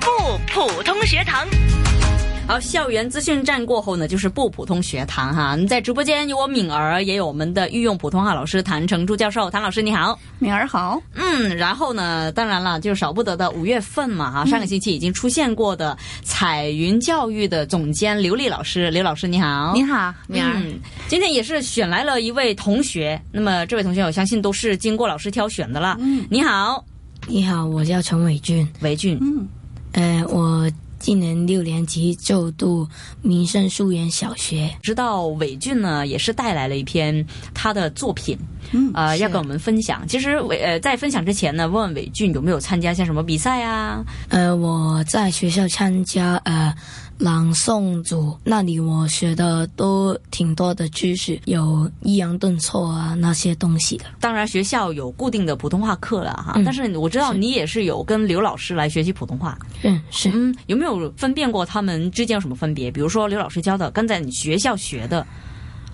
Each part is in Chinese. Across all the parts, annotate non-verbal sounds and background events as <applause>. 普通学堂。好，校园资讯站过后呢，就是不普通学堂哈。在直播间有我敏儿，也有我们的御用普通话老师谭成珠教授。谭老师你好，敏儿好。嗯，然后呢，当然了，就少不得的五月份嘛嗯哈，上个星期已经出现过的彩云教育的总监刘丽老师，刘老师你好，你好，敏儿。嗯，今天也是选来了一位同学，那么这位同学我相信都是经过老师挑选的啦。嗯，你好，你好，我叫陈伟俊，维俊。嗯，呃，我今年六年级就读民生树园小学。知道伟俊呢，也是带来了一篇他的作品，嗯呃，是要跟我们分享。其实伟呃，在分享之前呢，问问伟俊有没有参加像什么比赛啊？呃，我在学校参加呃朗诵组，那里我学的都挺多的知识，有抑扬顿挫啊那些东西的。当然，学校有固定的普通话课了哈，嗯但是我知道你也是有跟刘老师来学习普通话。嗯，是。嗯，有没有分辨过他们之间有什么分别？比如说刘老师教的跟在你学校学的，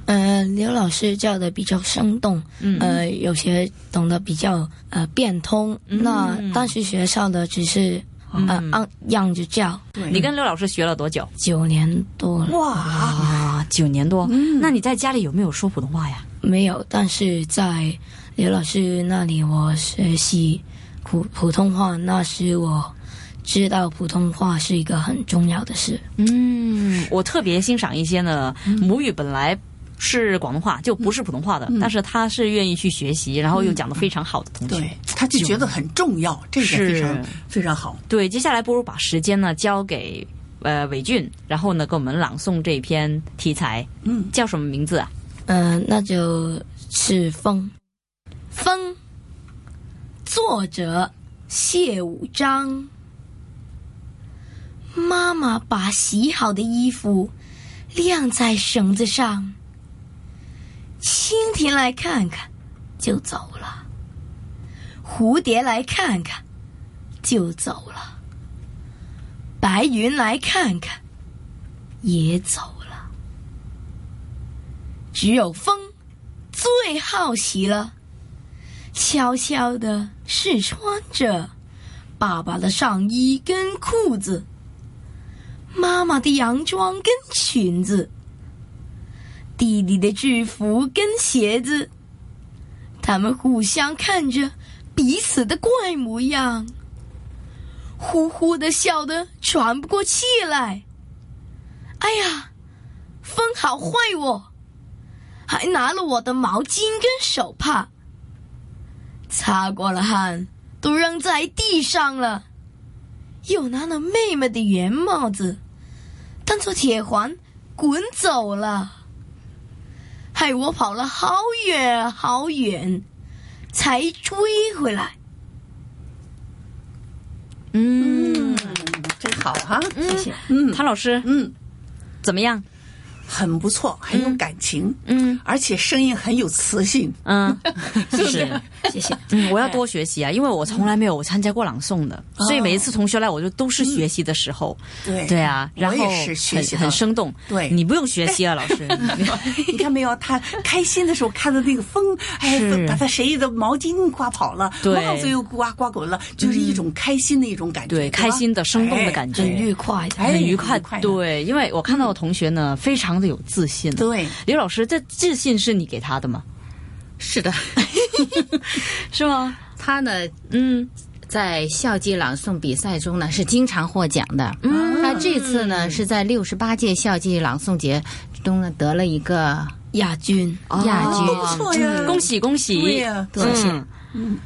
呃，刘老师教的比较生动，嗯呃，有些懂得比较呃变通。嗯那但是学校的只是呃按样子教，对，你跟刘老师学了多久？九年多了。嗯哇，啊，九年多。那你在家里有没有说普通话呀？没有，但是在刘老师那里，我学习普普通话，那时我知道普通话是一个很重要的事。嗯，我特别欣赏一些呢，嗯母语本来。是广东话，就不是普通话嗯的，但是他是愿意去学习，然后又讲得非常好的同学。嗯对，他就觉得很重要，这一点是非常非常好。对接下来不如把时间呢交给呃伟俊，然后呢给我们朗诵这一篇题材，嗯，叫什么名字啊？嗯、那就是风，风，作者谢武章。妈妈把洗好的衣服晾在绳子上，蜻蜓来看看，就走了；蝴蝶来看看，就走了；白云来看看，也走了。只有风最好奇了，悄悄地试穿着爸爸的上衣跟裤子，妈妈的洋装跟裙子，弟弟的制服跟鞋子。他们互相看着彼此的怪模样，呼呼的笑得喘不过气来。哎呀，风好坏哦！还拿了我的毛巾跟手帕，擦过了汗都扔在地上了，又拿了妹妹的圆帽子当做铁环滚走了，害我跑了好远好远，才追回来。嗯，真好哈、谢谢。谭老师嗯，怎么样？很不错，很有感情，嗯而且声音很有磁性。嗯，是对不对 <laughs> 谢谢。嗯，我要多学习啊，因为我从来没有参加过朗诵的，哦所以每一次同学来，我就都嗯是学习的时候。对对啊，然后我也是学习很很的。生动。对你不用学习啊，老 <laughs> 师。你看没有？他开心的时候看到那个风，哎是，把他谁的毛巾刮跑了，对帽子又刮刮滚了，就是一种开心的一种感觉，对，开心的、生动的感觉。觉，很愉快的，哎很愉很愉快的对，因为我看到我同学呢，非常的有自信。，对，刘老师，这自信是你给他的吗？是的，是吗？他呢嗯在校际朗诵比赛中呢是经常获奖的。嗯，那这次呢是在六十八届校际朗诵节中呢得了一个亚军。亚军。啊不错呀，恭喜恭喜！对呀嗯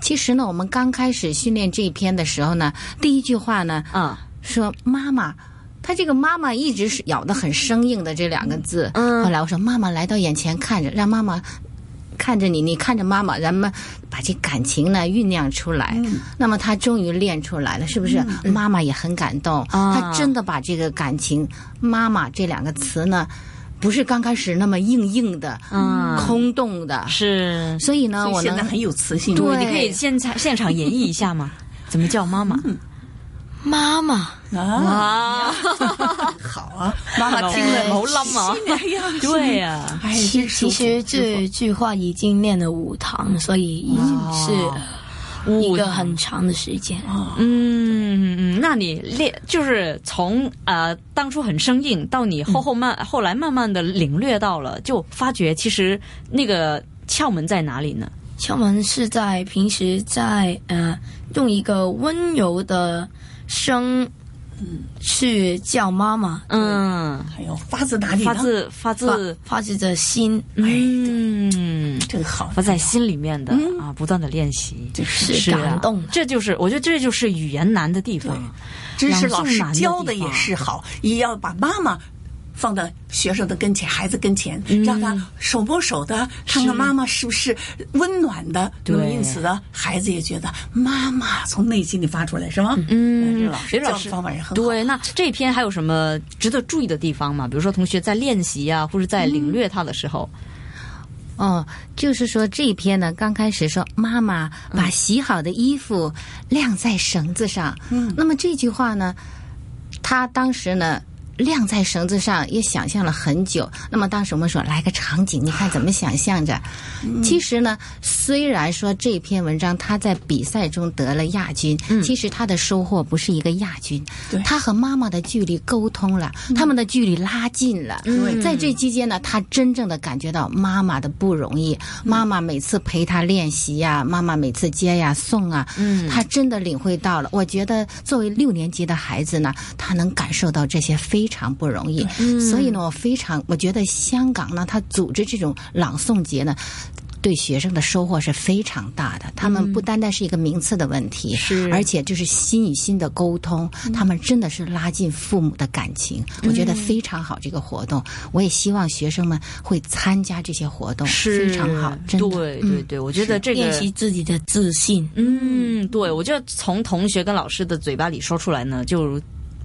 其实呢，我们刚开始训练这一篇的时候呢，第一句话呢啊，说妈妈。他这个“妈妈”一直是咬得很生硬的这两个字。嗯后来我说：“妈妈来到眼前，看着，让妈妈看着你，你看着妈妈，咱们把这感情呢酝酿出来。嗯那么他终于练出来了，是不是？妈妈也很感动，啊他真的把这个感情“妈妈”这两个词呢，不是刚开始那么硬硬的、嗯空洞的。是，所以呢，所我以现在能很有磁性。对你可以现场现场演绎一下吗？怎么叫妈妈嗯妈妈，啊，啊？ <laughs> 好啊，妈妈听哎了好冧啊！哎呀，对呀，哎，其真舒其服实这句话已经练了五堂，所以已经是五一个很长的时间。嗯嗯，嗯，那你练就是从呃当初很生硬，到你后后慢、后来慢慢的领略到了，就发觉其实那个窍门在哪里呢？敲门是在平时在呃用一个温柔的声，嗯去叫妈妈，嗯，哎呦，发自哪里发呢？自发自发自着心，嗯。这个好，发在心里面的、啊，不断的练习，是是啊感动的。这就是我觉得这就是语言难的地方。真是老师朗诵难的教的地方也是好，也要把妈妈。放到学生的跟前，孩子跟前，嗯让他手摸手的，看看妈妈是不是温暖的。对那么因此呢，孩子也觉得妈妈从内心里发出来，是吗？哎嗯这老师刘老教师的方法也很好。对，那这篇还有什么值得注意的地方吗？比如说同学在练习啊，或者在领略它的时候，哦，就是说这一篇呢，刚开始说妈妈嗯把洗好的衣服晾在绳子上，嗯，那么这句话呢，他当时呢。晾在绳子上也想象了很久。那么当时我们说来个场景，你看怎么想象着？嗯其实呢，虽然说这篇文章他在比赛中得了亚军，其实他的收获不是一个亚军嗯对，嗯他和妈妈的距离沟通了，他们的距离拉近了。对在这期间呢，他真正的感觉到妈妈的不容易，妈妈每次陪他练习呀、妈妈每次接呀、送啊，嗯，他真的领会到了。我觉得作为六年级的孩子呢，他能感受到这些非常不容易。所以呢，我非常我觉得香港呢，他组织这种朗诵节呢。对学生的收获是非常大的，他们不单单是一个名次的问题，是而且就是心与心的沟通，嗯他们真的是拉近父母的感情，我觉得非常好这个活动。我也希望学生们会参加这些活动，是非常好，真的。对对对，我觉得这个练习自己的自信，嗯，对，我觉得从同学跟老师的嘴巴里说出来呢，就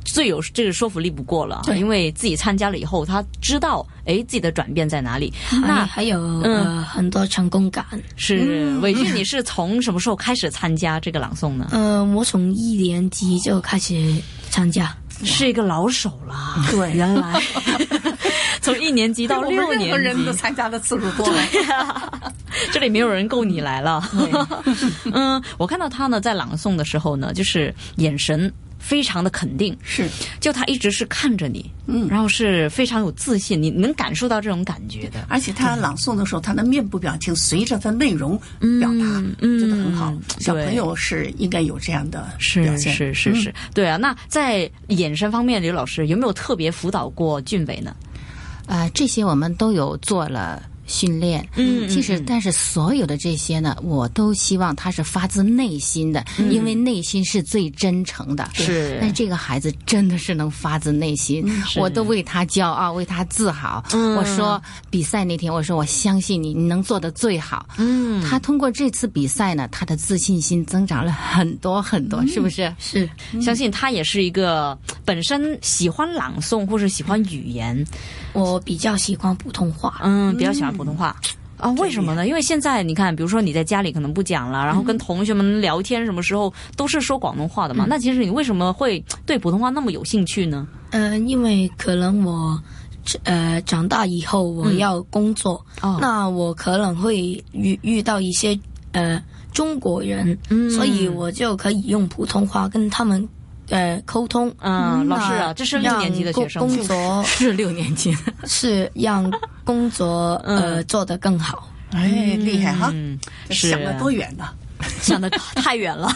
最有这个说服力不过了。对因为自己参加了以后，他知道哎自己的转变在哪里。 <laughs> 还那还有、呃很多成功感。是伟俊，你是从什么时候开始参加这个朗诵 <laughs> 呢？呃，我从一年级就开始参加，是一个老手啦，对原来 <laughs> 从一年级到我们六任何年人级都，参加的次数多了。这里没有人够你来了。嗯，我看到他呢在朗诵的时候呢，就是眼神非常的肯定，是，就他一直是看着你，嗯，然后是非常有自信，你能感受到这种感觉的。而且他朗诵的时候，他的面部表情随着他内容表达，嗯这个很好嗯。小对朋友是应该有这样的表是现。是是是，对啊。那在眼神方面，刘老师有没有特别辅导过俊伟呢？呃，这些我们都有做了训练。嗯其实但是所有的这些呢，我都希望他是发自内心的，因为内心是最真诚的。嗯是但这个孩子真的是能发自内心，我都为他骄傲，为他自豪。嗯我说比赛那天，我说我相信你，你能做的最好。嗯，他通过这次比赛呢，他的自信心增长了很多很多，是不是？是相信他也是一个本身喜欢朗诵或是喜欢语言，我比较喜欢普通话。嗯，比较喜欢普通话。啊，为什么呢？因嗯为现在你看，比如说你在家里可能不讲了，然后跟同学们聊天，什么时候都是说广东话的嘛。那其实你为什么会对普通话那么有兴趣呢？呃，因为可能我呃长大以后我要工作，哦那我可能会遇遇到一些呃中国人，嗯所以我就可以用普通话跟他们呃沟通。嗯，老师啊，那这是六年级的让学生工吗工作是六年级的。是让工作呃做得更好。哎，厉害哈！嗯，这是想得多远呢？想的太远了，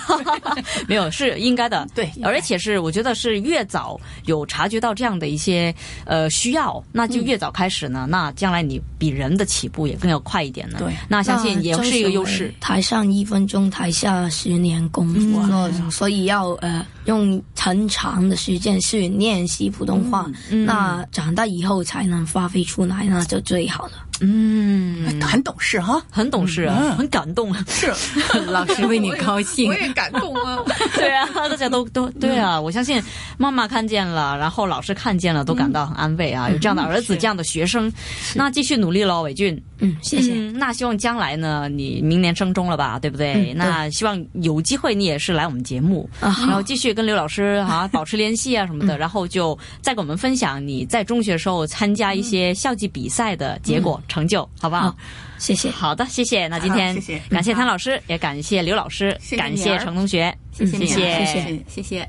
没有是应该的，对应该而且是我觉得是越早有察觉到这样的一些呃需要，那就越早开始呢，那将来你比人的起步也更要快一点呢。对那相信也那是一个优正所势谓。台上一分钟，台下十年功夫。嗯所所以要呃用很长的时间去练习普通话，嗯那长大以后才能发挥出来，那就最好了。嗯，很懂事哈。很懂事啊，很感动。是，老师为你高兴我也感动啊。对啊，大家都都对啊，我相信妈妈看见了，然后老师看见了，都感到很安慰啊。有这样的儿子，这样的学生，那继续努力喽，伟俊。嗯，谢谢。嗯，那希望将来呢，你明年升中了吧，对不对？那希望有机会你也是来我们节目，啊然后继续跟刘老师啊保持联系啊什么的，然后就再给我们分享你在中学时候参加一些校际比赛的结果、成就，好不好？好谢谢，好的，谢谢。那今好天谢谢感谢谭老师，也感谢刘老师，谢谢感你谢儿程同学，谢谢你 <laughs> 谢啊谢谢谢。谢。谢谢。